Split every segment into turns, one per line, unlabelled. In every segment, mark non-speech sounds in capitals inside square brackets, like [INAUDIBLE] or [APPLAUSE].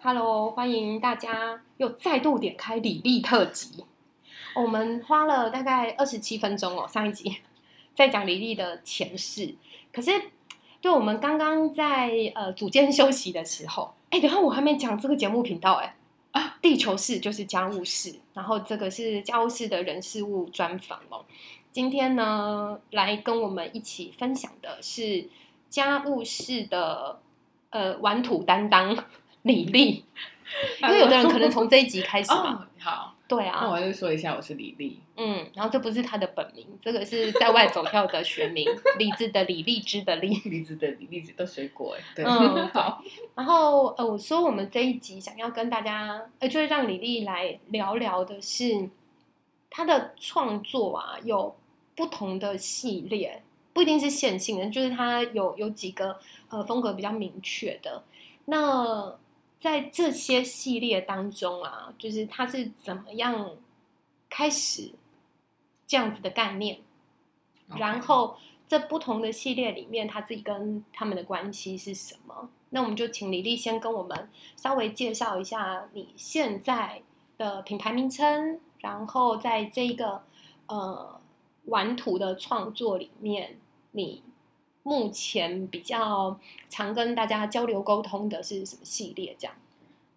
Hello，欢迎大家又再度点开李历特辑。我们花了大概二十七分钟哦，上一集在讲李历的前世。可是，对我们刚刚在呃组间休息的时候，哎，等一下我还没讲这个节目频道哎啊，地球室就是家务室，然后这个是家务室的人事物专访哦。今天呢，来跟我们一起分享的是家务室的呃玩土担当李丽，因为有的人可能从这一集开始嘛，
哦，好，
对啊，
那我就说一下，我是李丽。
嗯，然后这不是他的本名，这个是在外走跳的学名，李子的李，荔枝的荔。
梨子的梨，梨子的水果，哎，对，
嗯
好，
然后呃，我说我们这一集想要跟大家，呃，就是让李丽来聊聊的是她的创作啊，有不同的系列，不一定是线性的，就是她有有几个呃风格比较明确的。那在这些系列当中啊，就是她是怎么样开始这样子的概念，然后这不同的系列里面，他自己跟他们的关系是什么？那我们就请李丽先跟我们稍微介绍一下你现在的品牌名称，然后在这个呃玩图的创作里面，你目前比较常跟大家交流沟通的是什么系列？这样，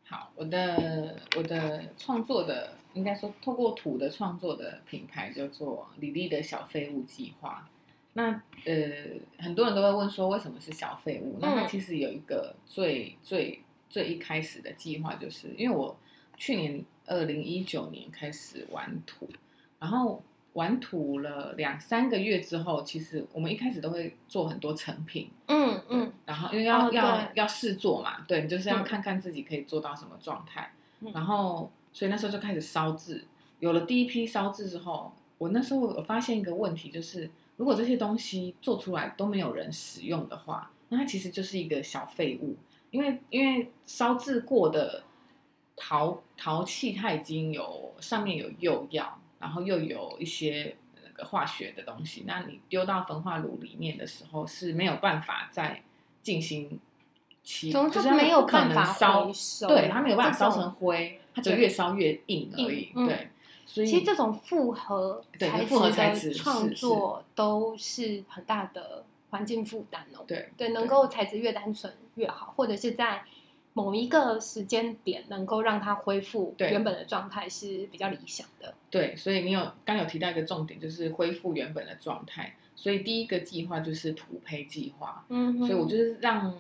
好，我的我的创作的，应该说透过土的创作的品牌叫做李丽的小废物计划。那呃，很多人都会问说，为什么是小废物？那它
嗯
其实有一个最最最一开始的计划，就是因为我去年二零一九年开始玩土，然后玩土了两三个月之后，其实我们一开始都会做很多成品，
嗯
嗯
嗯，
然后因为要、
哦
要
对
要试做嘛，对，你就是要
嗯
看看自己可以做到什么状态，
嗯
然后所以那时候就开始烧制，有了第一批烧制之后，我那时候我发现一个问题，就是如果这些东西做出来都没有人使用的话，那它其实就是一个小废物，因为因为烧制过的陶陶器它已经有上面有釉药，然后又有一些那个化学的东西，那你丢到焚化炉里面的时候是没有办法再进行其，
总之
就是
它没有
不可
办
能
法
烧
回收，
对，它没有办法
这
烧
种
成灰，它就
对
越烧越硬而
硬
已。
嗯
对，所以
其实这种复合
对
材
复合材
质
质
的
是
创作都是很大的环境负担哦。
对
对，能够材质越单纯越好，或者是在某一个时间点能够让它恢复
对
原本的状态是比较理想的。
对，所以你有刚有提到一个重点，就是恢复原本的状态。所以第一个计划就是土坯计划，
嗯哼，
所以我就是让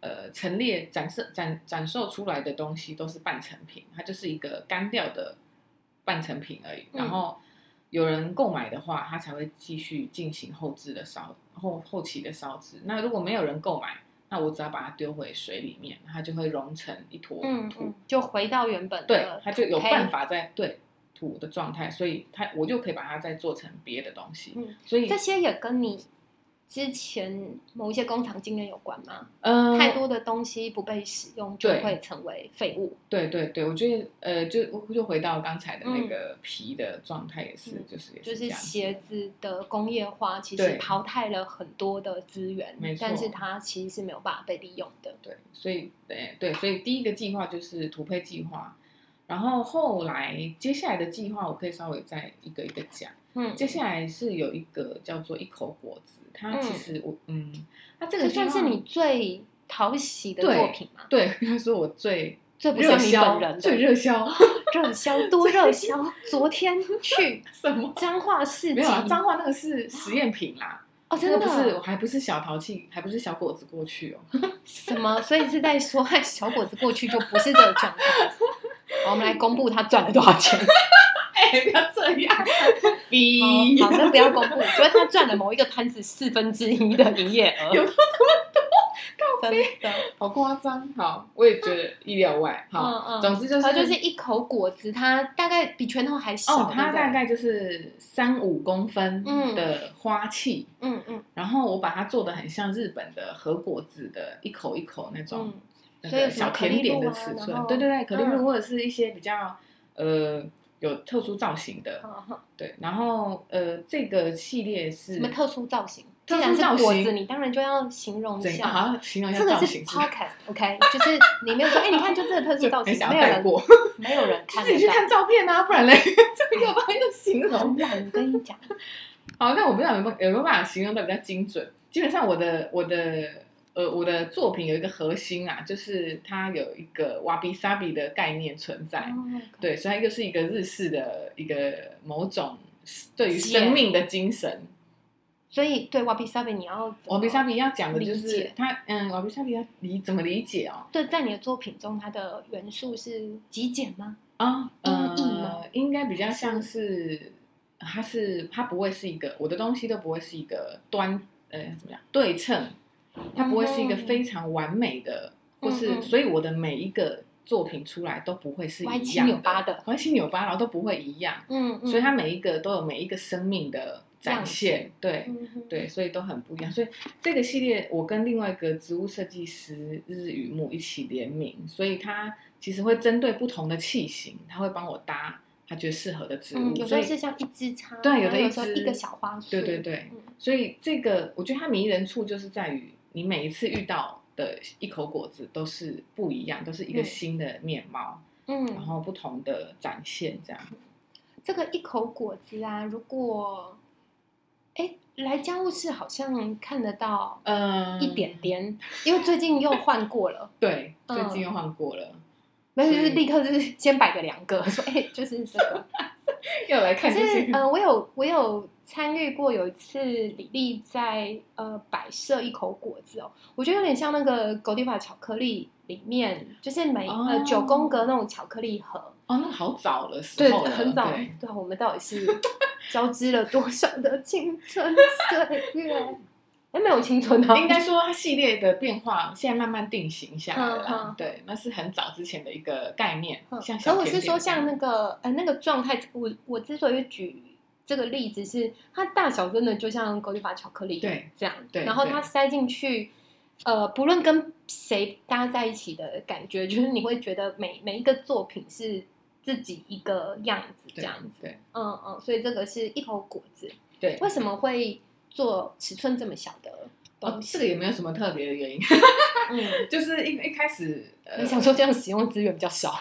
呃陈列展示展展售出来的东西都是半成品，它就是一个干掉的半成品而已。
嗯
然后有人购买的话，它才会继续进行后置的烧后后期的烧制。那如果没有人购买，那我只要把它丢回水里面，它就会融成一坨土。
嗯嗯，就回到原本的
对，它就有
土坯
办。法在对土的状态，所以它我就可以把它再做成别的东西。
嗯
所以
这些也跟你之前某一些工厂经验有关吗？
呃
太多的东西不被使用，就
对
会成为废物。
对对对，我觉得呃，就就回到刚才的那个皮的状态，也是、
嗯
就是也
就是
这样子
鞋子的工业化，其实
对
淘汰了很多的资源
没，错
但是它其实是没有办法被利用的。
对，所以呃对对，所以第一个计划就是土配计划，然后后来接下来的计划，我可以稍微再一个一个讲。
嗯，
接下来是有一个叫做一口果子，它其
嗯
实我嗯，它这个
这算
计
是
划
你最讨喜的
对
作品吗？
对， [LAUGHS] 应该说我最
最不
热
像你
销
本人
最
的
热销
热销多热
[LAUGHS]
销，昨天去
什么？
彰化市集
没有啊，彰化那个是实验品啦，
哦，
这
真
个
的
不是，
啊
还不是小淘气，还不是小果子过去哦。
什么？所以是在说，哎，小果子过去就不是这个状态。好，我们来公布他赚了多少
[LAUGHS]
钱。
哎，不要这
[LAUGHS]
样，逼
好，好，那不要公布，因为他赚了某一个摊子四分之一的营业额。
有
这么多？真的。
好夸张。好，我也觉得意料外。好，
嗯嗯，
总之就是
它就是一口果子，它大概比拳头还小，
哦，它大
对
概就是三五公分
嗯
的花器，
不对嗯嗯
然后我把它做的很像日本的和果子的一口一口那种
嗯，
那
所以有
个
什么
小
可丽
甜点
露
的
啊
尺
然
寸
后，
对对对，可丽
嗯
露或者是一些比较呃有特殊造型的，
好好
对，然后呃，这个系列是
嗯什么特殊造型？既
特
然
殊造
是果子，
型，
你当然就要形容一
怎
下。
样？好，形容一
这
下
个
造
是
型是不是。
podcast，OK，、就是你没有说，哎、你看，就这个特殊造
[LAUGHS] 很
型，
想
没
要
有
带
人
过，
没有人看
自己
得
去
到。
看照片啊，不然嘞， [LAUGHS] 这个吧要形容
很。懒，我跟你
[LAUGHS]
讲，
好，那我不知道有没有有没有办法形容的比较精准。基本上我的我的呃我的作品有一个核心啊，就是它有一个瓦比萨比的概念存在。
哦，
对，所以它又是一个日式的一个某种对于
解
生命的精神。
所以对瓦比萨比你要怎么
瓦比萨比要讲的就
理
是
解
它，嗯，瓦比萨比要理怎么理解哦？
对，在你的作品中，它的元素是极简吗？
啊，
音译吗
呃，应该比较像是，它是它不会是一个我的东西都不会是一个端，呃，怎么样对称，它不会是一个
嗯哼
非常完美的，或
嗯
是
嗯
所以我的每一个作品出来都不会是
歪
一
七
样
扭八的
歪七扭八，然后都不会一样，
嗯，嗯
所以它每一个都有每一个生命的
样
展
子
现，对，
嗯哼
对，所以都很不一样。所以这个系列，我跟另外一个植物设计师日与木一起联名，所以他其实会针对不同的器型，他会帮我搭他觉得适合的植物。
嗯，有时
所
候
以
是，像一枝插，
对
然
有
后
的一
有时候
枝
一个小花束，
对对对。
嗯
所以这个我觉得它迷人处就是在于，你每一次遇到的一口果子都是不一样，都是一个
嗯
新的面貌，然
嗯，
后不同的展现这样。
这个一口果子啊，如果哎来家务室好像看得到
嗯，
一点点，因为最近又换过
[LAUGHS]
了。
对，最
嗯
近又换过了，
没有，就
所以
是立刻就是先摆个两个， [LAUGHS] 说哎、就是这个。
又来
可
看这
是
些。
呃，我有我有参与过有一次李丽在呃摆设一口果子哦，我觉得有点像那个 Godiva 巧克力里面，就是每、
哦
呃九宫格那种巧克力盒，
哦，那好早了时
对，
候了，
很早，
对
对，啊我们到底是交织了多少的青春岁
[LAUGHS]
月？哎，没有青春啊，
应该说它系列的变化，现在慢慢定型下来了
嗯
啦
嗯。
对，那是很早之前的一个概念，
嗯
像
可
小
我
甜
是
点
说，
这样
像那个呃那个状态，我我之所以举这个例子是，它大小真的就像狗 o 法巧克力
对
这样，
对
然后
对
它塞进去，呃，不论跟谁搭在一起的感觉， [LAUGHS] 就是你会觉得每每一个作品是自己一个样子这
对
样子，
对
嗯嗯，所以这个是一口果子，
对。
为什么会做尺寸这么小的
哦
东，
这
西？
个也没有什么特别的
[LAUGHS]
原因，
嗯，
就是一一开始， [LAUGHS] 呃，
你想说这样使用资源比较少，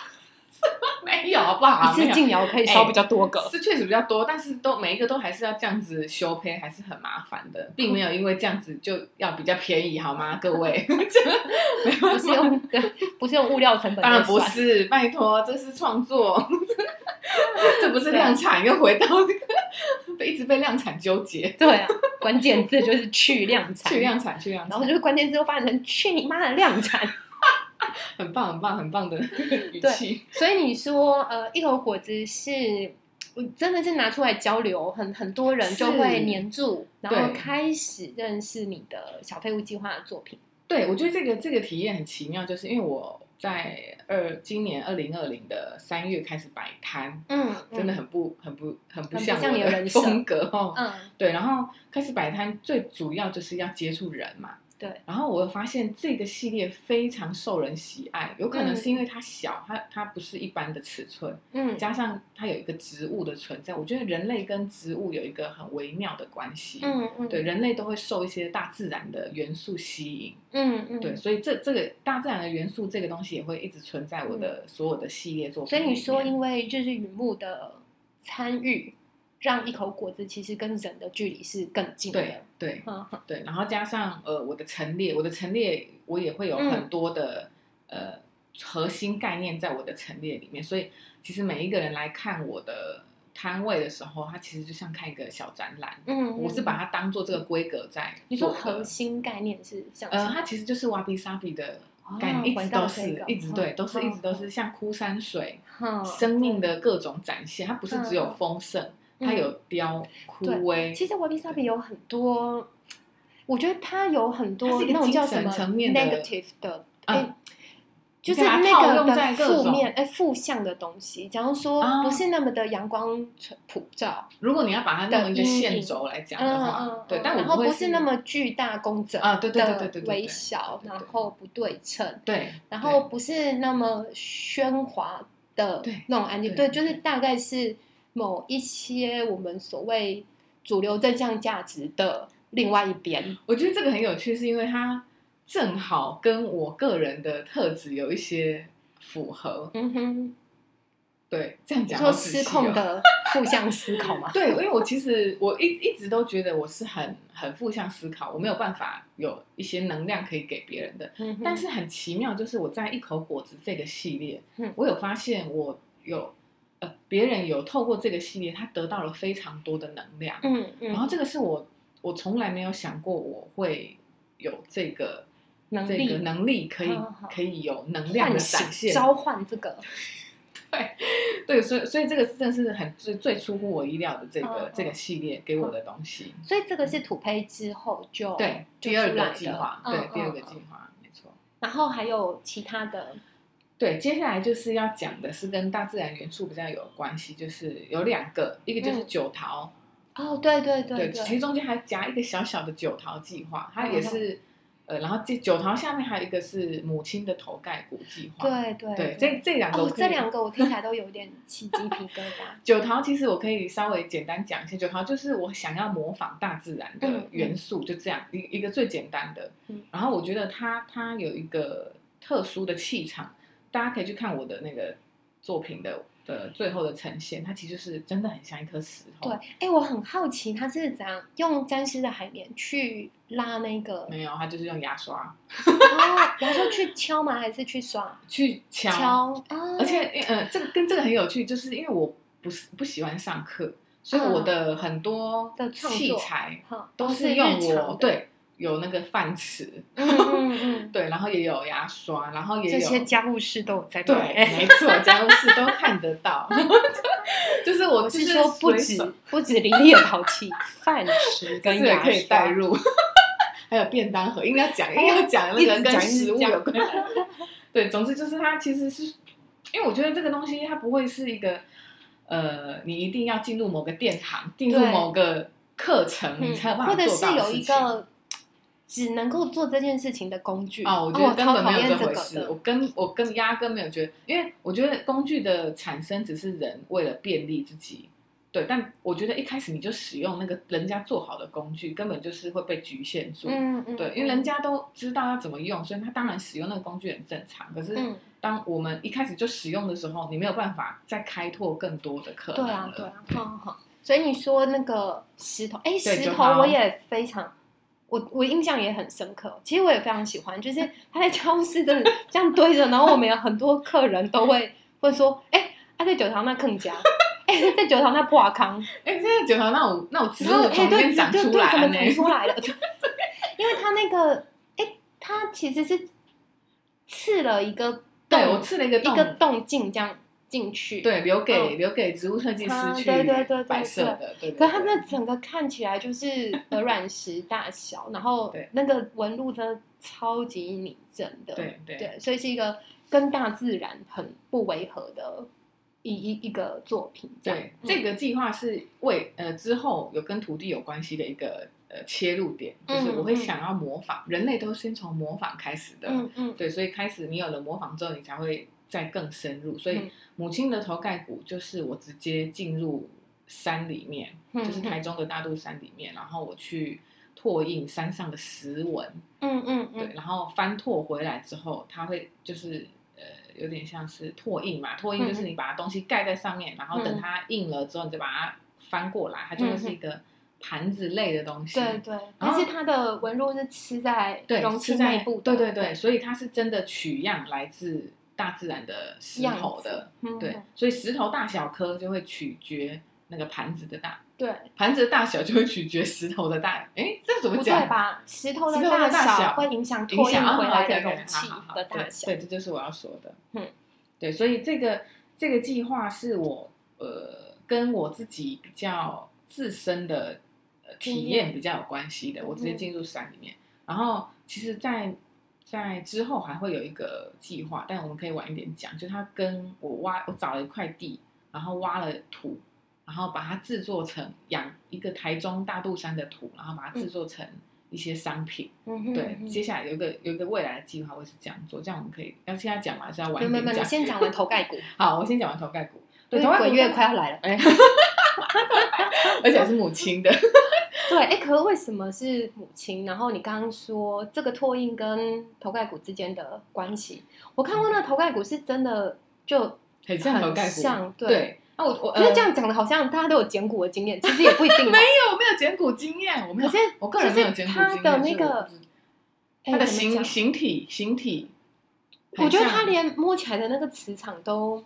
[LAUGHS] 没有好不好？
一次
没有
进窑可以烧
哎
比较多个，
是确实比较多，但是都每一个都还是要这样子修配，还是很麻烦的，并没有因为这样子就要比较便宜，好吗？各位， [LAUGHS] 没
不
办
是
法，
用不是用物料成本
当然
在算，
不是，拜托，这是创作， [LAUGHS] 这不是
啊
量产，又回到那个一直被量产纠结，
对啊，关键字就是去量产，
去量，产，去量
然后
产，
就是关键字又发展成去你妈的量产。
很棒，很棒，很棒的语气，
所以你说，呃，一口果子是，我真的是拿出来交流，很很多人就会
是
黏住，然后
对
开始认识你的小废物计划的作品。
对我觉得这个这个体验很奇妙，就是因为我在二今年二零二零的三月开始摆摊，
嗯，
真的很不很不很
很
不
不
像
像
我
你的人设
风格哦，
嗯，嗯，
对，然后开始摆摊，最主要就是要接触人嘛。
对。
然后我发现这个系列非常受人喜爱，有可能
嗯
是因为它小，它它不是一般的尺寸，
嗯，
加上它有一个植物的存在，我觉得人类跟植物有一个很微妙的关系。
嗯嗯，
对，，人类都会受一些大自然的元素吸引，
嗯嗯，
对，。所以这这个大自然的元素这个东西也会一直存在我的所有的系列作品
所以
里
你
面。
说，因为日日雨木的参与，让一口果子其实跟人的距离是更近
对
的。
对，
嗯哼
对，然后加上呃我的陈列，我的陈列我也会有
嗯
很多的、呃核心概念在我的陈列里面，所以其实每一个人来看我的摊位的时候，他其实就像看一个小展览，
嗯，
我是把
它。
它当做这个规格在
你说
做的
核心概念是像什
呃，
么
它其实就是瓦比萨比的
哦
感，一
回
直
到
都
这
是
个，
一直
嗯
对，都是一直都
嗯
是像枯山水
嗯
生命的各种展现，它不是只有
嗯
丰盛，
嗯
它有凋枯
对
萎，
嗯其实 Wabi Sabi 有很多，我觉得它有很
它
多
是一个
那种叫
精
什
神
么
层面的
negative 的，
啊
哎就是
你把它套
那个
用在
的
各
负
种
面哎负向的东西，假如说
啊
不是那么的阳光普照，
如果你要把它弄一
的
个
阴
线
影
轴来讲的话，
嗯嗯，
对，
嗯
但我
然后
会
不是那么巨大工整
啊，对对对对对
的
对对，
微小，
对对
然
对
后不对称，
对，
然后不是那么喧哗的
对
那种安静，对，就
对
是大概是某一些我们所谓主流正向价值的另外一边。
我觉得这个很有趣，是因为它正好跟我个人的特质有一些符合。
嗯哼，
对，这样
你
讲
说
好仔细
失
哦
控。的负向思考嘛？
[LAUGHS] 对，因为我其实我一一直都觉得我是很很负向思考，我没有办法有一些能量可以给别人的。
嗯哼，
但是很奇妙，就是我在一口果子这个系列，
嗯
我有发现我有呃别人有透过这个系列，他得到了非常多的能量。
嗯嗯，
然后这个是我我从来没有想过我会有这个
能
这
力
个能力可以
好好
可以有能量的
唤
展
醒、
现。
召唤这个，
对，所以所以这个是真的是很最最出乎我意料的这个、
嗯嗯
这个系列给我的东西。
所以这个是土胚之后就
对，
就
第二
出来
个
的
计划，
嗯
对，
嗯
第二个
嗯
计划，没错。
然后还有其他的，
对，接下来就是要讲的是跟大自然元素比较有关系，就是有两个，一个就是
嗯
九桃，
哦，对对
对，
对
其中间还夹一个小小的九桃计划，它
嗯
也是，呃，然后这九桃下面还有一个是母亲的头盖骨计划，
对对
对，这这两个我
哦，
可以。
这两个我听起来都有点起鸡皮疙瘩
九桃其实我可以稍微简单讲一下，九桃就是我想要模仿大自然的元素，就这样一一个最简单的。
嗯
然后我觉得它它有一个特殊的气场，大家可以去看我的那个作品的的最后的呈现，它其实是真的很像一颗石头。
对，，哎，我很好奇他是怎样用沾湿的海绵去拉那个，
没有，它就是用牙刷
[LAUGHS] 哦，然后去敲吗？还是去刷？
去敲，
敲啊！
而且呃，这个跟这个很有趣，就是因为我不是不喜欢上课，所以我的很多
啊的创作
器材
好
都
哦
是
日
用
常的，
我对有那个饭匙。
嗯嗯嗯，
对，然后也有牙刷，然 [LAUGHS] 后也
这
有
些家务事都有在
对，
卖
没错，家务事都看得到。 [LAUGHS] 就是我
我
就是
说不
随
止
手
不止林业淘气， [LAUGHS] 饭食
就
跟
是
牙
可以带
刷，哎
入，还有便当盒，应该讲，应该讲那
一
个
直
跟
讲
食
一
物
直讲
有关。 [LAUGHS] 对，总之就是它其实是，因为我觉得这个东西它不会是一个，呃，你一定要进入某个殿堂，进入
对
某个课程，你才有
嗯
办
或
法
者
做
是
到的
有
事
一
情。
个只能够做这件事情的工具。
哦，我觉
我
得根
超
本
讨
没有
厌
这
这
回
个
事。我
的。
跟我跟压根没有觉得，因为我觉得工具的产生只是人为了便利自己，对。但我觉得一开始你就使用那个人家做好的工具，根本就是会被局限住。
嗯嗯，
对，因为人家都知道要怎么用，所以他当然使用那个工具很正常。可是
嗯，
当我们一开始就使用的时候，你没有办法再开拓更多的可能
对
了
啊对啊，好好好。所以你说那个石头，哎，石
九
头
号
我也非常。我我印象也很深刻，其实我也非常喜欢，就是他在教室真的这样堆着，然后我们有很多客人都会会说，哎、他、在九堂那更加，哎、在九堂那不瓦
[LAUGHS]
康，
哎，这个九条那我那我植
然后
物
哎
从里
对
面长
对
出
对
来
怎
了
么
呢
长
[LAUGHS]
出来了？ [LAUGHS] 因为它那个哎、它其实是刺了一个洞，
对，我刺了一个
一个洞进这样进去。，
对，留给、
嗯
留给植物设计师
啊
去
对对对对
摆设的，对对
可
对
是它那整个看起来就是
[LAUGHS]
鹅卵石大小，然后
对
那个纹路真的超级拟真的，
对对
对，所以是一个跟大自然很不违和的一一一个作品这样。
对
嗯
这个计划是为呃之后有跟土地有关系的一个呃切入点，就是
嗯
我会
嗯
想要模仿，人类都先从模仿开始的，
嗯嗯，
对，所以开始你有了模仿之后，你才会再更深入。所以
嗯
母亲的头盖骨就是我直接进入山里面，
嗯
就是台中的大肚山里面，然后我去拓印山上的石纹，
嗯嗯嗯
对，然后翻拓回来之后，它会就是呃，有点像是拓印嘛，拓
嗯
印就是你把东西盖在上面，然后等它印了之后，你再把它翻过来，它就会是一个盘子类的东西。
嗯对对，但是它的纹路是吃在
对，
容器
是在
内部的，
对对对，，所以它是真的取样来自大自然的石
样
头
子
的，
嗯
对，所以石头大小颗就会取决那个盘子的大，
对，
盘子的大小就会取决石头的大，哎，这怎么
不
讲？
对吧？石头
石
的
头的大小
小会影响
影
拓印
响哦
回来的
对
容器的大小
啊对，，这就是我要说的。
嗯，
对，所以这个这个计划是我呃跟我自己比较自身的、呃、体
经
验
验
比较有关系的。我直接
嗯
进入山里面，然后其实在，在之后还会有一个计划，但我们可以晚一点讲。就它跟我挖，我找了一块地，然后挖了土，然后把它制作成养一个台中大肚山的土，然后把它制作成一些商品。
嗯哼
对
嗯，哼
接下来有一个有一个未来的计划会是这样做，这样我们可以要现在讲吗？还是要晚
没有
一
没有
点
没有，
讲
你？先讲完头盖骨，
[LAUGHS] 好，我先讲完头盖骨。对，
因
头 [LAUGHS]
为
盖
鬼
骨
月快要来了，
而且还是母亲的，
[LAUGHS] 对，哎、可是为什么是母亲？然后你刚刚说这个拓印跟头盖骨之间的关系，我看过
嗯
那个头盖骨是真的就
很像头
很
盖骨。
像，对。啊
对，那我我
可是这
呃
样讲的，好像大家都有剪骨的经验，其实也不一定
[LAUGHS] 没
哦。
有，我没有剪骨经验，我没
可
有，
是
我个人没有剪骨经
他
验。
的那
所以我
个
不知，
哎
它的
怎么讲
形形体形体，
我觉得
他
他连摸起来的那个磁场都，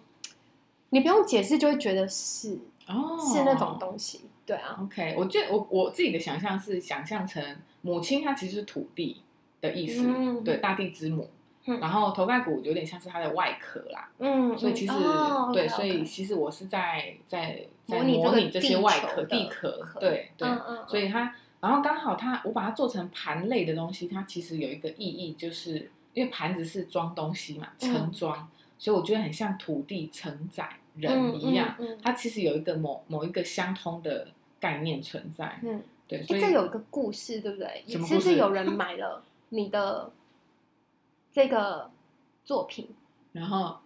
你不用解释就会觉得是
哦
是那种东西。对啊，
OK，我觉得我我自己的想象是想象成母亲，它其实是土地的意思，
嗯
对，大地之母。
嗯
然后头盖骨有点像是它的外壳啦，
嗯，
所以其实、
嗯哦
对
OK，OK
所以其实我是在在在
模拟这个
模拟这些外壳
地
地
球的
壳
壳，
对对、
嗯嗯，
所以它然后刚好它我把它做成盘类的东西，它其实有一个意义，就是因为盘子是装东西嘛，
嗯
盛装，所以我觉得很像土地承载
嗯
人一样，，
嗯嗯
它其实有一个某某一个相通的概念存在。
嗯，
对，所
哎，
以
这有一个故事，对不对？
什么
是不
故
是
事
有人买了你的这个作品？
然后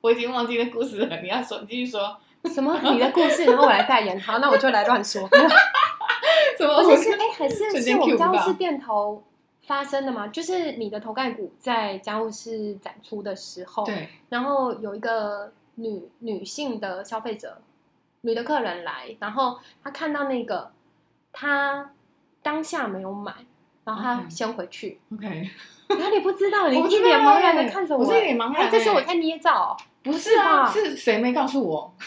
我已经忘记那故事了，你要说你继续说，
什么？你的故事，然后我来代言？好，那我就来乱
[LAUGHS]
说。没有
怎么
而
我
且是哎，还是
[LAUGHS] 瞬
是
间
我
cue
们
不
家务
到
事店头发生的吗？就是你的头盖骨在家务事展出的时候，
对
然后有一个女女性的消费者，女的客人来，然后她看到那个，她当下没有买，然后她
OK
先回去，
？OK，
然后你不知
[LAUGHS]
道，你
嗯我不知
一
道
脸茫然的
欸
看着
我是一
哎、
脸茫然欸。
这是我在捏造哦，
不是啊，
不是
是谁没告诉我？ [LAUGHS]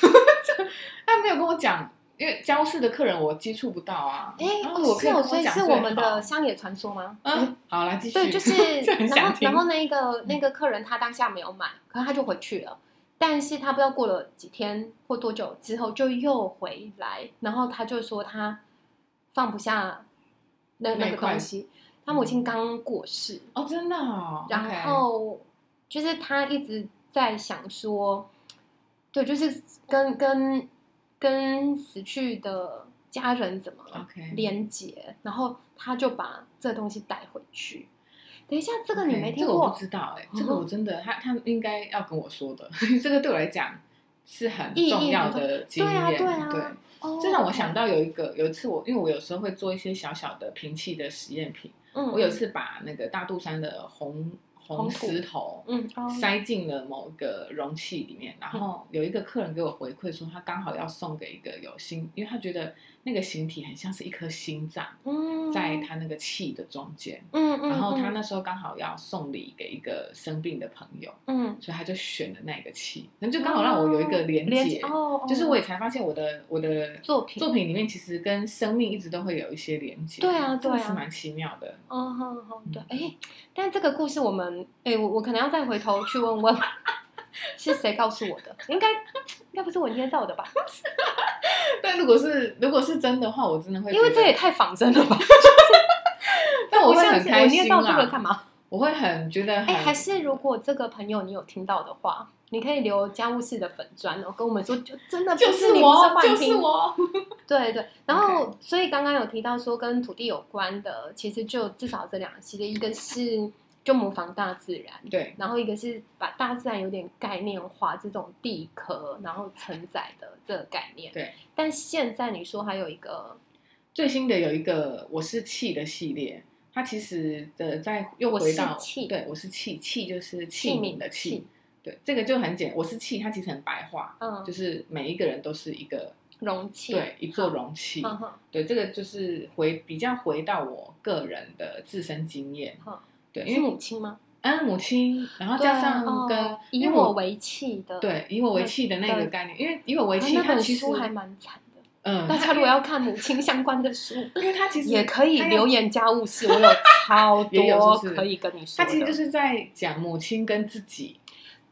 他没有跟我讲，因为教室的客人我接触不到啊。
哎、
然后
哦是
我可以跟
哦，所以
讲
是
最
我们
好
的乡野传说吗？
嗯，好，来继续。 [LAUGHS]
对，就是
这很
然
想
后
听
然后那一个那个客人他当下没有买，可是他就回去了。但是他不知道过了几天或多久之后，就又回来，然后他就说他放不下那
那
那
一
个
块
东西。他母亲刚过世，
哦，真的哦。
然后就是他一直在想说，对，就是跟跟跟死去的家人怎么
OK，
连接，然后他就把这东西带回去。等一下，这个你
OK，
没听
这个我
过嗯
不知道哎、这个我真的，他他应该要跟我说的， [LAUGHS] 这个对我来讲是很
意义
重要
很重
的经
对啊
验，
对啊
对
哦
这让我想，到有一个，有一次我，因为我有时候会做一些小小的瓶器的实验品，
嗯，
我有一次把那个大肚山的红
红
红
土
石头，
嗯哦嗯
塞进了某个容器里面，然后有一个客人给我回馈说，他刚好要送给一个有心，因为他觉得那个形体很像是一颗心脏，
嗯
在他那个气的中间，
嗯嗯，
然后他
嗯
那时候刚好要送礼给一个生病的朋友，
嗯，
所以他就选了那个气，那就刚好让我有一个连
接
接，
哦，哦
就是我也才发现我的我的
作品
作品里面其实跟生命一直都会有一些连接，
对啊
这个
对啊
是蛮奇妙的。
哦好好
嗯
对，哎，但这个故事我们哎，我我可能要再回头去问
[LAUGHS]
问是谁告诉我的，应该应该不是我捏造的吧？
但如果是如果是真的话，我真的会觉
因
得，
为这也太仿真了吧？
但 [LAUGHS] 我
不
会
像
很
是
开
我捏
心啊
造这个干
啦，
嘛？
我会很觉得很，
哎、还是如果这个朋友你有听到的话，你可以留家务事的粉砖哦，跟我们说，就真的不
就是
你不是
我，
幻
就
听，[LAUGHS]
是我，
对对。然后所以刚刚有提到说跟土地有关的，其实就至少这两个系列，一个是就模仿大自然，
对
然后一个是把大自然有点概念化，这种地壳然后承载的这个概念。
对。
但现在你说还有一个，
最新的有一个我是气的系列，它其实的在又
我
回
是
到
气
对我是气，气就是
器皿
器皿
的
的
器
器，对这个就很简，我是气，它其实很白话，
嗯，
就是每一个人都是一个
容器，
对一座容器，
嗯哼，
对这个就是回比较回到我个人的自身经验
好，
对，
是
因为
母亲吗？
嗯母亲，然后加上
对
跟、
哦以
因为
我为器的，
对以我为器的那个概念，因为以我为
啊
器，
那
它
本
其实
书还蛮惨的。
嗯，
大
它
家如果要看母亲相关的 [LAUGHS] 书，
因为它其实
也可以
它要
留言家务事，我有超
[LAUGHS] 也有
多
是不是
可以跟你说
它
的。
其实就是在讲母亲跟自己，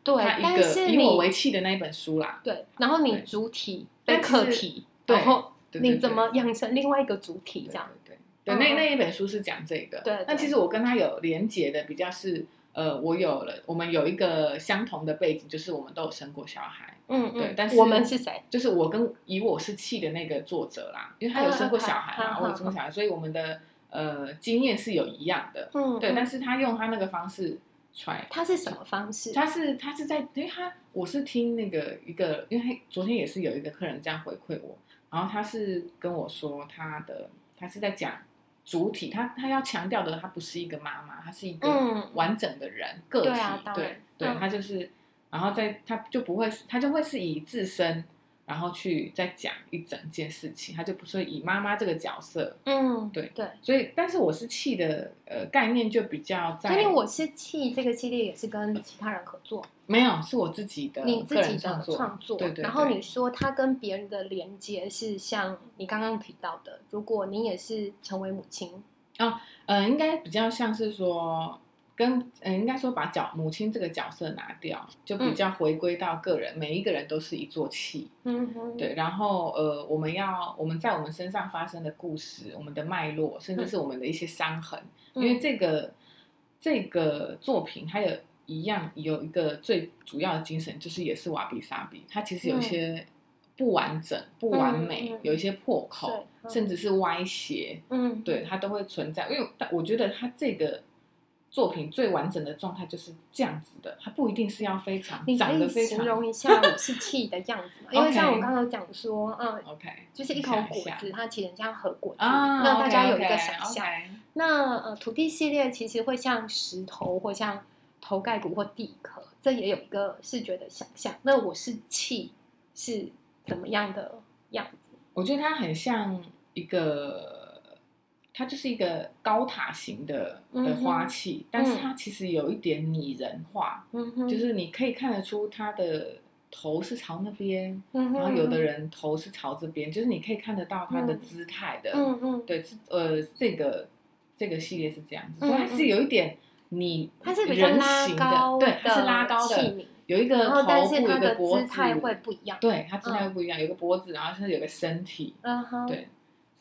对
它，一
但是
个以
你
我为器的那一本书啦。
对，然后你
对
主体
但
被
其
客
实
体，
对
然后
对对
你
对
怎么养成另外一个主体
对
这样？
对对，对
嗯
那那一本书是讲这个。
对对
那其实我跟他有连结的比较是，呃，我有了，我们有一个相同的背景，就是我们都有生过小孩，
嗯
对
嗯，
但是
我们是谁？
就是我跟以我是气的那个作者啦，因为他有生过小孩
嗯嗯
嘛，
嗯
我有生过小孩，所以我们的呃经验是有一样的。
嗯，
对，
嗯
但是他用他那个方式揣
它是什么方式？
他是他是在，因为他我是听那个一个，因为他昨天也是有一个客人这样回馈我，然后他是跟我说他的，他是在讲主体，他他要强调的，他不是一个妈妈，他是一个
嗯
完整的人、个体，
对啊当然
对对
嗯
他就是，然后在他就不会，他就会是以自身，然后去再讲一整件事情，他就不是会以妈妈这个角色，
嗯，
对
对。
所以，但是我是气的，呃，概念就比较在，
所以我是气这个系列也是跟其他人合作，
没有是我自己的
你自
个
己
人
的
创作，
创作，
对对对
然后你说它跟别人的连接是像你刚刚提到的，如果你也是成为母亲，
呃，应该比较像是说，跟呃，应该说把角母亲这个角色拿掉，就比
嗯
较回归到个人，每一个人都是一座气，
嗯哼，
对。然后呃，我们要我们在我们身上发生的故事，我们的脉络，甚至是我们的一些伤痕，
嗯，
因为这个这个作品它有一样有一个最主要的精神，就是也是瓦比萨比，它其实有一些不完整、不完
嗯嗯
美，
嗯嗯嗯
有一些破口，
对，
甚至是歪斜，
嗯，嗯，
对它都会存在，因为但我觉得它这个作品最完整的状态就是这样子的，它不一定是要非常
你可
长得
以
非
形
常
容一
[LAUGHS]
下我是气的样子吗？因为
OK
像我刚刚讲说，嗯，
OK，
就是一口
想
果
下
子，它其实很像核果子，
啊，
那大家有
OK，OK，
一个想象。
OK
那呃，土地系列其实会像石头，或像头盖骨或地壳，这也有一个视觉的想象。那我是气是怎么样的样子？
我觉得它很像一个，它就是一个高塔型的
嗯
的花器，但是它其实有一点拟人化，
嗯哼
就，是你可以看得出它的头是朝那边，
然
然后有的，人头是朝这边，就是你可以看得到它的
嗯
姿态的，
嗯嗯，
对，是呃，这个这个系列是这样子，
嗯
所以它是有一点你
它是比较
人
拉
形
高
的，对，它是拉高
器
的，
皿，
有一个
然后
头
但
部，
是
有
它
一个
的
脖
姿
子，
态会不一样。
对，它姿态会不一样，有个脖子，然后甚至有个身体，
嗯哼，。
对，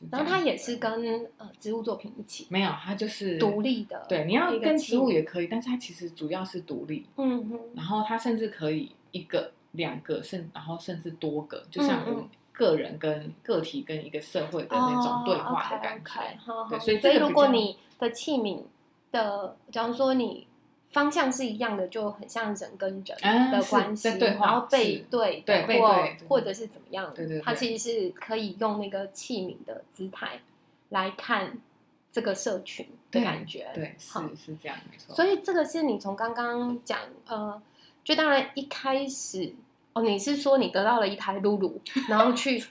是这
然后它
样
也
子
是跟呃植物作品一起
没有，它就是
独。立的，
对，你要
一个
跟
器
植物
皿
也可以，但是它其实主要是独立，
嗯哼，
然后它甚至可以一个、两个，甚然后甚至多个，就像
嗯哦
我们个人跟个体跟一个社会的那种对话的感
o k o
觉。
k 好
对
好
所以
所
这个
如
比
果
较
你的器皿的，假如说你方向是一样的，就很像人跟
啊
人的
是
关系，
在对话
然后背
是
对的
对背
或
对对
或者是怎么样，
对对对
它其实是可以用那个器皿的姿态来看这个社群的
对
感觉，
对，是
好
是这样，没错。
所以这个是你从刚刚讲，呃，就当然一开始哦，你是说你得到了一台露露，然后
[LAUGHS]
去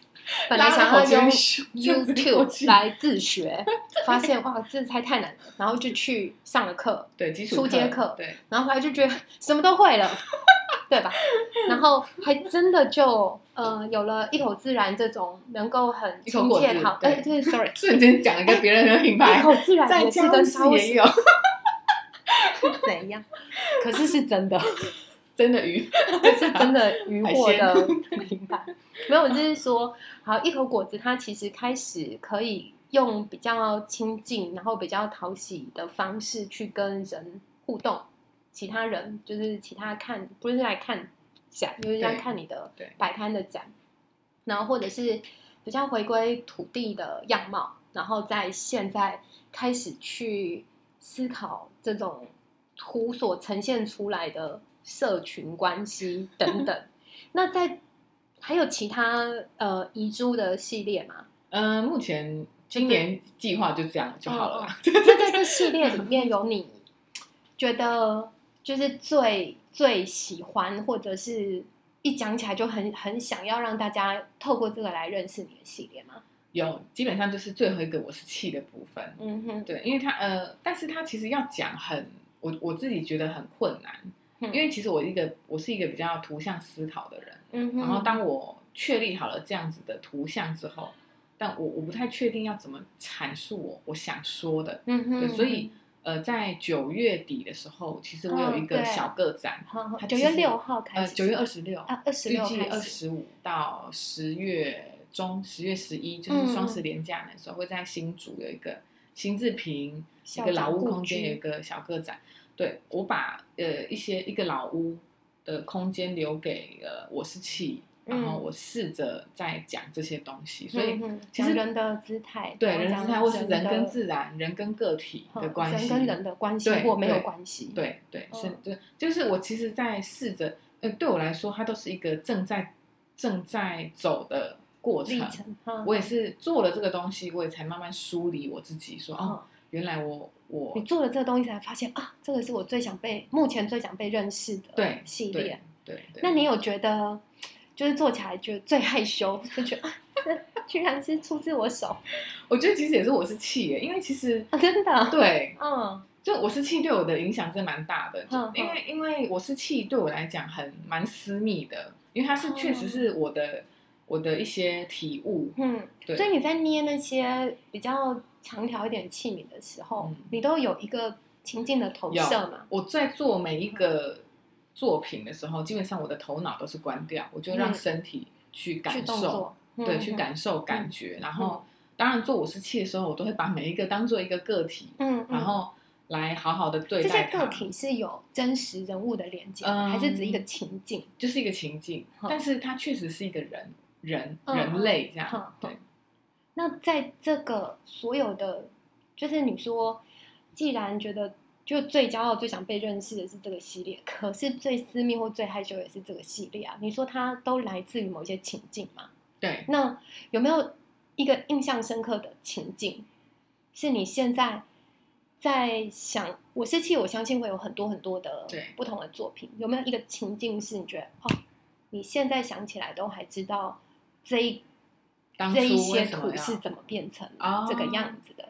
本来想要用 YouTube 来自学，发现哇这太太难了，然后就去上了课，
对基础
初阶课
对
然后后来就觉得什么都会了， [LAUGHS] 对吧？然后还真的就呃有了一口自然这种能够很
一口
亲
果
切
子
好，
对
哎对，sorry，
[LAUGHS] 瞬间讲了一个别人的品牌
一，口自然
在
也是
家
跟
里
超
也
市
有 [LAUGHS]
是怎样， [LAUGHS] 可是是真的。
真的鱼，
这是真的鱼货
海
的明白。没有，我就是说，好一口果子，它其实开始可以用比较亲近，然后比较讨喜的方式去跟人互动，其他人就是其他看，不是来看展，就是来
对
看你的
对
摆摊的展，然后或者是比较回归土地的样貌，然后在现在开始去思考这种图所呈现出来的社群关系等
[LAUGHS]
等。那在还有其他呃遗珠的系列吗？ [LAUGHS]
嗯，目前今年计划就这样就好
哦
了啦。
那在这系列里面有你觉得就是最最喜欢，或者是一讲起来就很很想要让大家透过这个来认识你的系列吗？
[LAUGHS] 有，基本上就是最后一个我是气的部分，
嗯哼，
对，因为它呃，但是它其实要讲很，我我自己觉得很困难，
嗯
因为其实我一个我是一个比较图像思考的人，
嗯哼，
然后当我确立好了这样子的图像之后，但我我不太确定要怎么阐述我我想说的，
嗯哼，
对，所以呃，在九月底的时候，其实我有一
哦
个
对
小个展，
好好，
它
九
其
月
实
六号开
呃，
始，
九月二十六，
啊，二十
预
六
计
开
二
始，
十五到十月中，十月十一就是
嗯
双十连假的时候，会在新竹有一个新志平一
小
个老屋
故
空间
居
有一个小个展。对我把呃一些一个老屋的空间留给呃我是气，然后
嗯
我试着在讲这些东西，所以
嗯哼
其
讲
实
人的姿态，
对
然后
人
讲
姿态或是人跟
的
自然、人跟个体的
嗯
关系，
人跟人的关系
对
或没有
对
关系，，
对对，是
嗯，
对，就是我其实，在试着，呃，对我来说，它都是一个正在正在走的过
历
程，
程，嗯
我也是做了这个东西，我也才慢慢梳理我自己，说哦，
嗯
原来我
你
我
做了这个东西才发现啊，这个是我最想被目前最想被认识的
对
系列
对。对对，
那你有觉得，就是做起来觉得最害羞，就觉得啊，这居然是出自我手，
我觉得其实也是我是气耶，因为其实
啊、真的，，
对，
嗯
就我是气对我的影响真的蛮大的，
嗯
就因为因为我是气对我来讲很蛮私密的，因为它是
哦
确实是我的我的一些体悟，
嗯。
对
所以你在捏那些比较长条一点器皿的时候，
嗯
你都有一个情境的投
有
射嘛？
我在做每一个作品的时候，基本上我的头脑都是关掉，我就让
嗯
身体去
去
感
动
受，
作，
对，
嗯
去，感受感觉。然后，当然做五十七的时候，我都会把每一个当做一个个体，
嗯，嗯
然后来好好的对
这些
待它
个体是有真实人物的连接，
嗯
还是指一个情境？
就是一个情境，
好
但是它确实是一个人人
嗯
人类这
好好
样。对，
那在这个所有的，就是你说，既然觉得就最骄傲、最想被认识的是这个系列，可是最私密或最害羞也是这个系列啊。你说它都来自于某些情境嘛？
对，
那有没有一个印象深刻的情境，是你现在在想？我是其实我相信会有很多很多的
对
不同的作品，有没有一个情境是你觉得哦，你现在想起来都还知道这一
当
这一
初为
些
什么
图是
要
怎么变成
哦
这个样子的？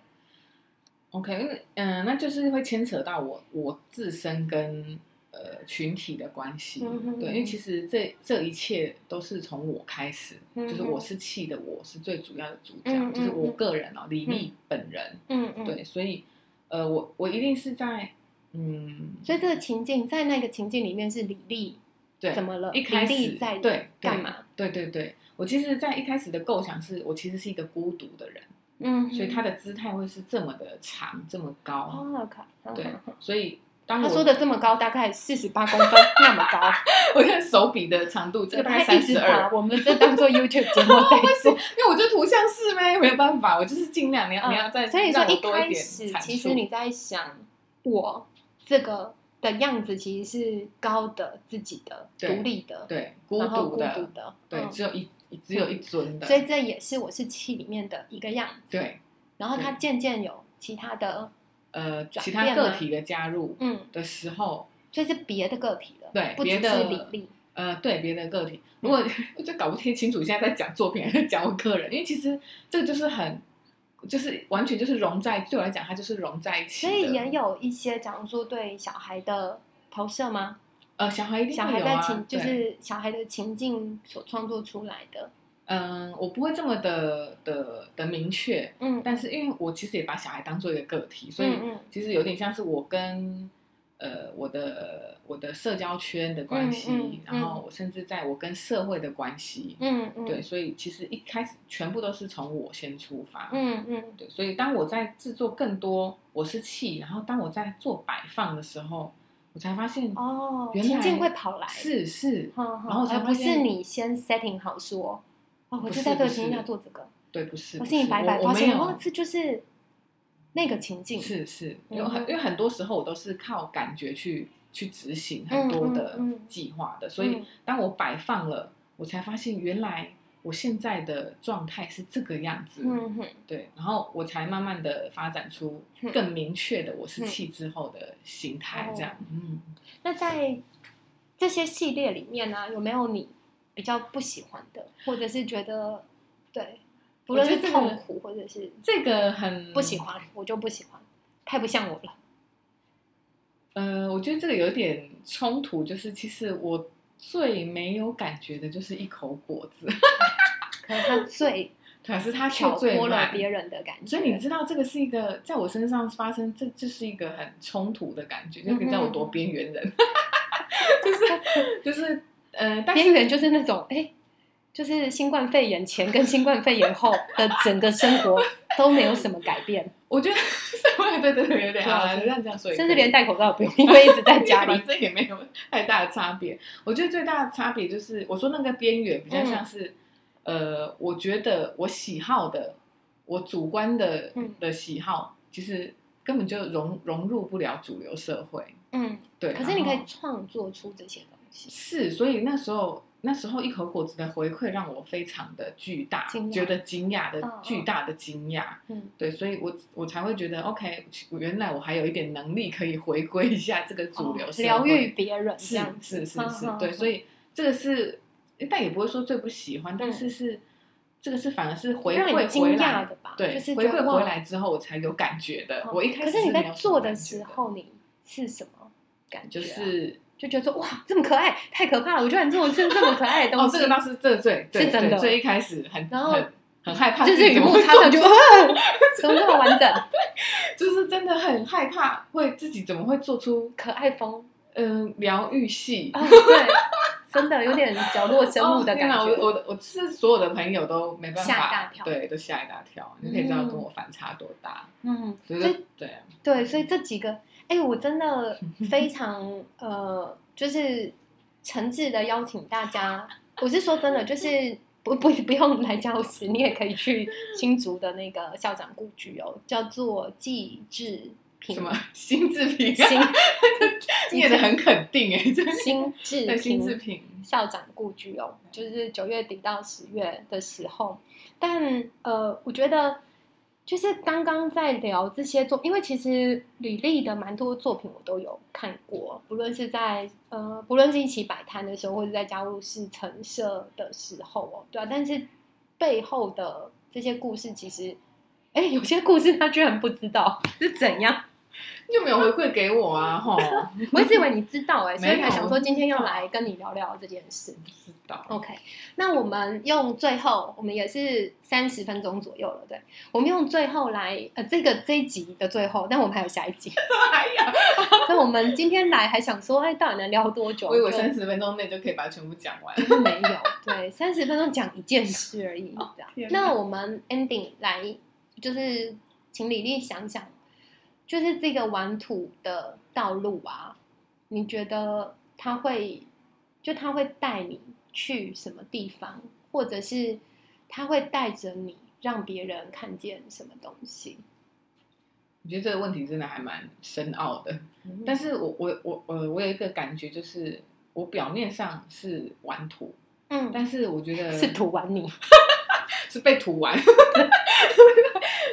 OK？因为嗯，那就是会牵扯到我我自身跟呃群体的关系。
嗯哼
对，因为其实这这一切都是从我开始，
嗯哼
就是我是气的，我是最主要的主角，
嗯嗯
就是我个人哦，李丽本人。
嗯嗯，。
对，所以呃，我我一定是在嗯，
所以这个情境在那个情境里面是李丽
对
怎么了？
一开
李
始
丽在
对
干？嘛？
对对对对，我其实，在一开始的构想是我其实是一个孤独的人，
嗯哼，
所以他的姿态会是这么的长，这么高。
哦，看，嗯 [LAUGHS]
对
嗯嗯，
所以当
他
我
说的这么高，大概四十八公分 [LAUGHS] 那么
[LAUGHS]
高，
我看手笔的长度，这个大概
他一
三
直
十
把
二，
我们这当做
[LAUGHS]
YouTube 节目在做。
因为我就图像是呗，没有办法，我就是尽量你要、你要再
嗯所以说
让我
一
多一
开
点
始
阐
其
述
实你在想我这个的样子其实是高的、自己的、
对
独立的，
对孤
然后
独
孤
的，
独的，
对，
嗯
只有一只有一尊的，
所以这也是我是气里面的一个样子。
对
然后他
对
渐渐有其他的，
呃
转
其他
变
个
吗
体的加入
嗯，
的时候，
所以是别的个体了，
对
不只
别
是
的
李丽，
呃，对别的个体，如果
嗯
我 [LAUGHS] 就搞不太清楚现在在讲作品 [LAUGHS] 还是讲我个人，因为其实这个就是很，就是完全就是融在对我来讲，它就是融在一起
所
的。
以也有一些，假如说对小孩的投射吗？
呃，小孩一定
小
会
孩
有
在
啊，
情，就
对
是小孩的情境所创作出来的，
嗯、我不会这么的的的明确，
嗯，
但是因为我其实也把小孩当做一个个体，所以
嗯嗯
其实有点像是我跟呃我的我的社交圈的关系，
嗯嗯
然后我甚至在我跟社会的关系，
嗯嗯，
对，，所以其实一开始全部都是从我先出发，
嗯嗯
对，所以当我在制作更多我是气，然后当我在做摆放的时候，我才发现
哦，
原来
情境会跑来，
是哎是，
哼，然
然后我才
不
发现
是你先 setting 好说，哦，我
不
就是在这个
不
情境下
是
做这个，
对，不是，
我
不
是你白白
我
发
我没
现，哇
有，，
这就是那个情境，
是是，
嗯
有很因为很多时候我都是靠感觉去去执行很多的
嗯嗯嗯
计划的，所以
嗯
当我摆放了，我才发现原来我现在的状态是这个样子，
嗯哼，
对，然后我才慢慢的发展出
嗯
更明确的我是气之后的形态，这样，
哦
嗯。
那在这些系列里面呢、有没有你比较不喜欢的，或者是觉得对，不论是
我觉得这个嗯
痛苦或者是
这个很
不喜欢，我就不喜欢，太不像我了。
呃，我觉得这个有点冲突，就是其实我最没有感觉的就是一口果子， [LAUGHS]
可能他最
可是它却
挑
最
拨了
慢
别人的感觉，
所以你知道这个是一个在我身上发生，这就是一个很冲突的感觉，就你知道我多边缘人， [LAUGHS]
[LAUGHS]
就是就是呃，但
边
是
缘就是那种哎。就是新冠肺炎前跟新冠肺炎后的整个生活都没有什么改 [LAUGHS] 变，
我觉得 [LAUGHS] 对对对，有点好啦，这样这样说
啊
也可以，
甚至连戴口罩也不用，因为一直在家里。
这也没有太大的差别。我觉得最大的差别就是，我说那个边缘比
嗯
较像是，呃，我觉得我喜好的，我主观的
嗯
的喜好，其实根本就融融入不了主流社会。
[LAUGHS] 嗯，
对，
可是你
然后
可以创作出这些东西，
是，所以那时候那时候一口果子的回馈让我非常的巨大
惊，讶
觉得惊讶的、
嗯
巨
嗯
大的惊讶。
嗯，
对，所以我我才会觉得 OK，我原来我还有一点能力可以回归一下这个主流
哦
社会
疗愈别人这
是
样子，
是是
嗯
是
嗯，
对，
嗯
所以这个是，但也不会说最不喜欢，但
嗯
是是这个是反而是回
让你
馈
惊
回
讶
来，
的吧？
对，
就是
回
觉得
馈
哇
回来之后我才有感觉的。
哦
我一开
可
始
是你
没
在
有什么
做的
感觉
时候，你是什么感觉
就
啊？
是
就觉得说哇，这么可爱，太可怕了！我居然做出这么可爱的
哦，
东
这
西，
个倒是这个最对
是真的
对最一开始很
然后
很很害怕
就
自
是
己
雨
怎么
幕
会
擦
做
上
出， [LAUGHS]
就，啊怎么这么完整？
就是真的很害怕会自己怎么会做出
可爱
[LAUGHS]
风
嗯疗愈系。
啊，对，真的有点角落生物的
哦天
感
哪
觉。
我我我是所有的朋友都没办法，
吓一大跳
对，都吓一大跳。你可以知道跟我反差多大，
嗯，
所
所
以
以
就对啊，
对，所以这几个，哎、我真的非常呃，就是诚挚的邀请大家，我是说真的，就是不不不用来教室，你也可以去新竹的那个校长故居哦，叫做纪志平
什么 [LAUGHS] 心 [LAUGHS] 智品，
新
念的很肯定哎， [LAUGHS] 真的
新志
对心
平
智品，
校长故居哦，就是九月底到十月的时候。但呃，我觉得就是刚刚在聊这些作，因为其实李丽的蛮多作品我都有看过，不论是在呃，不论是一起摆摊的时候，或者在家务事陈设的时候哦，对啊，但是背后的这些故事，其实哎，有些故事他居然不知道是怎
[LAUGHS]
样，
就没有回馈给我啊， [LAUGHS] 吼，不
我一直以为你知道哎、所以
没有
才想说今天要来跟你聊聊这件事。
知道， [LAUGHS]
OK，那我们用最后，我们也是三十分钟左右了，对，我们用最后来，呃，这个这一集的最后，但我们还有下一集， [LAUGHS]
哎呀，
所以我们今天来还想说，哎，到底能聊多久？
我以为
就
三十分钟内就可以把它全部讲完。 [LAUGHS]
没有，对，三十分钟讲一件事而已。这样
哦天哪
那我们 ending 来，就是请李丽想想，就是这个玩土的道路啊，你觉得他会，就他会带你去什么地方，或者是他会带着你让别人看见什么东西？
我觉得这个问题真的还蛮深奥的，但是我我我我我有一个感觉，就是我表面上是玩土，
嗯，
但是我觉得
是土玩你，
是被涂 [LAUGHS] 完，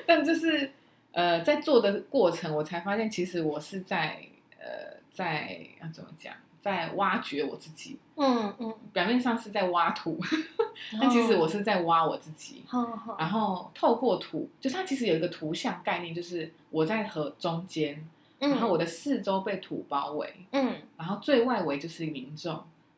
但就是呃，在做的过程，我才发现其实我是在呃，在要怎么讲，在挖掘我自己。
嗯嗯，
表面上是在挖土，但其实
哦
我是在挖我自己。
好，好好，
然后透过土，就是它其实有一个图像概念，就是我在河中间，然后我的四周被土包围，
嗯
然后最外围就是民众。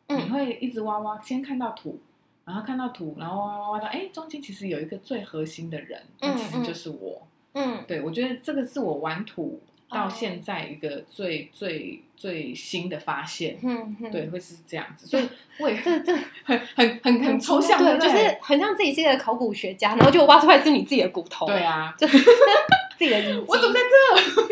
你
嗯
会一直挖挖，先看到土，然后看到土，然后挖挖挖到，哎，中间其实有一个最核心的人，那
嗯
其实就是我。
嗯
对，我觉得这个是我玩土到
哦
现在一个最、最最新的发现。
嗯嗯，
对，会是这样子，所以我也是
这这。
很很很很抽象，
对，
不
就是很像自己是一个考古学家，然后就挖出来是你自己的骨头，
对，啊。
就是自己的遗迹。
我怎么在这？ [LAUGHS]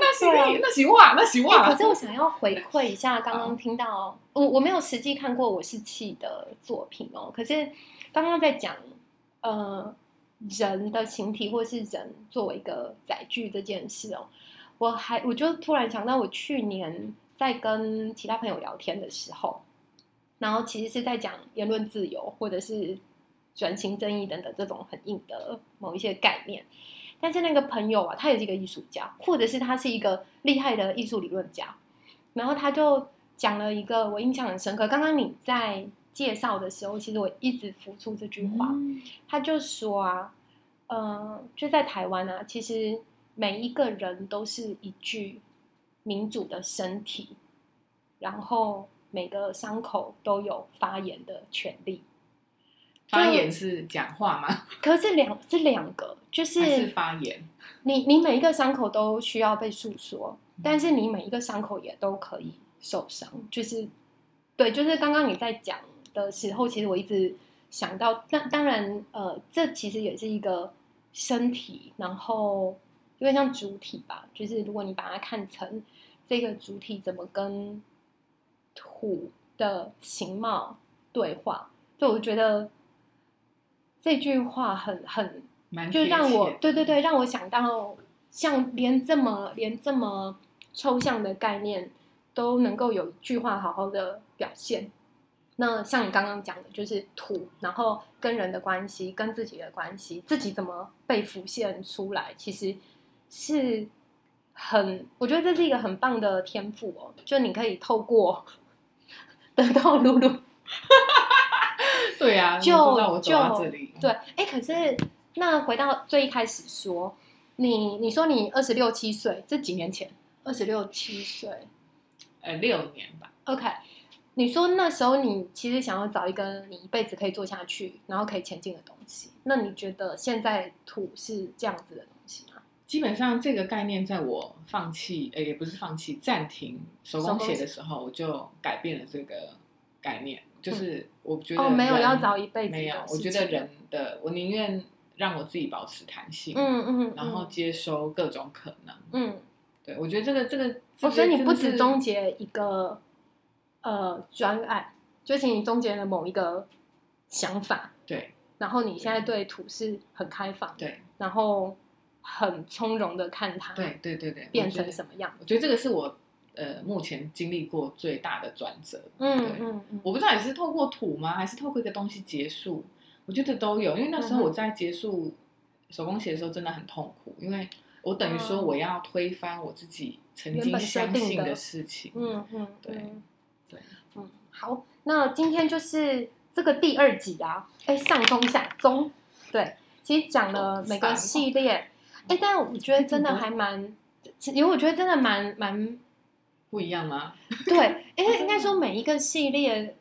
那是
对啊
那是哇，那是
哎
哇。
可是我想要回馈一下，刚
啊
刚听到我我没有实际看过我是气的作品哦，可是刚刚在讲呃人的形体或是人作为一个载具这件事哦，我还我就突然想到，我去年在跟其他朋友聊天的时候，然后其实是在讲言论自由或者是转型正义等等这种很硬的某一些概念。但是那个朋友啊，他也是一个艺术家，或者是他是一个厉害的艺术理论家，然后他就讲了一个我印象很深刻。刚刚你在介绍的时候，其实我一直浮出这句话，
嗯
他就说啊，呃，就在台湾啊，其实每一个人都是一具民主的身体，然后每个伤口都有发炎的权利。
发言是讲话吗？
可是两这两个，就是
还是发言？
你你每一个伤口都需要被诉说，但是你每一个伤口也都可以受伤，就是对，就是刚刚你在讲的时候，其实我一直想到，那当然呃，这其实也是一个身体，然后有点像主体吧，就是如果你把它看成这个主体怎么跟土的形貌对话，就我觉得这句话很很
蛮
就
贴
让我
切嗯
对对对，让我想到像连这么连这么抽象的概念都能够有一句话好好的表现。那像你刚刚讲的，就是土，然后跟人的关系，跟自己的关系，自己怎么被浮现出来，其实是很，我觉得这是一个很棒的天赋哦。就你可以透过 [LAUGHS] 得到 [LAUGHS] 露露
对啊，
就
你不知道我走到这里，
对，哎，可是那回到最一开始说，你你说你二十六七岁，这几年前，二十六七岁
呃，六年吧，
，OK，你说那时候你其实想要找一个你一辈子可以做下去，然后可以前进的东西，那你觉得现在土是这样子的东西吗？
基本上这个概念，在我放弃，呃，也不是放弃，暂停手
手
工
工
写
写
的时候，我就改变了这个概念，就是我觉得
哦，没有
人
要找一辈子的
没有，我
事
觉得
情
人的，我宁愿让我自己保持弹性，
嗯嗯，嗯
然后接收各种可能。
嗯，
对，我觉得这个这个，
哦，所以你不止终
中
结一个呃专案，就是你终结了某一个想法，
对
然后你现在对土是很开放，
对
然后很从容的看它
对对对对，
变
我觉
成
得
什么样。
我觉得这个是我呃目前经历过最大的转折。
嗯
对
嗯嗯，
我不知道你是透过土吗，还是透过一个东西结束？我觉得都有，因为那时
嗯
候
哼
我在结束手工鞋的时候真的很痛苦，因为我等于说
嗯
我要推翻我自己曾
原
经
本设
相
定
信
的
的事情。
嗯嗯，
对
嗯
对，
嗯，好，那今天就是这个第二集啊，哎，上中下中，对，其实讲了
哦
每个系列，哎，但我觉得真
嗯
的还蛮，因为我觉得真的蛮
[LAUGHS]
蛮
不一样吗？
对，因
哦
为应该说每一个系列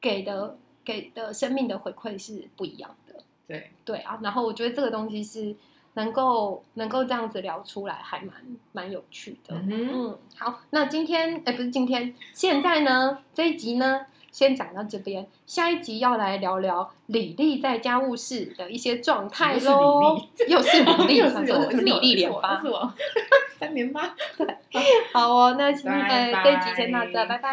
给的给的生命的回馈是不一样的，
对，
对啊，然后我觉得这个东西是能够能够这样子聊出来，还蛮蛮有趣的。
嗯哼，
嗯，好，那今天哎、不是今天，现在呢这一集呢先讲到这边，下一集要来聊聊李丽在家务事的一些状态
什么
喽
是。
又 [LAUGHS]
[LAUGHS]
是李丽，
又
想
是
说
有
我是李丽连发
是。我 [LAUGHS] 三连发。
好哦，那今天呃
拜拜
这一集先到这，拜拜。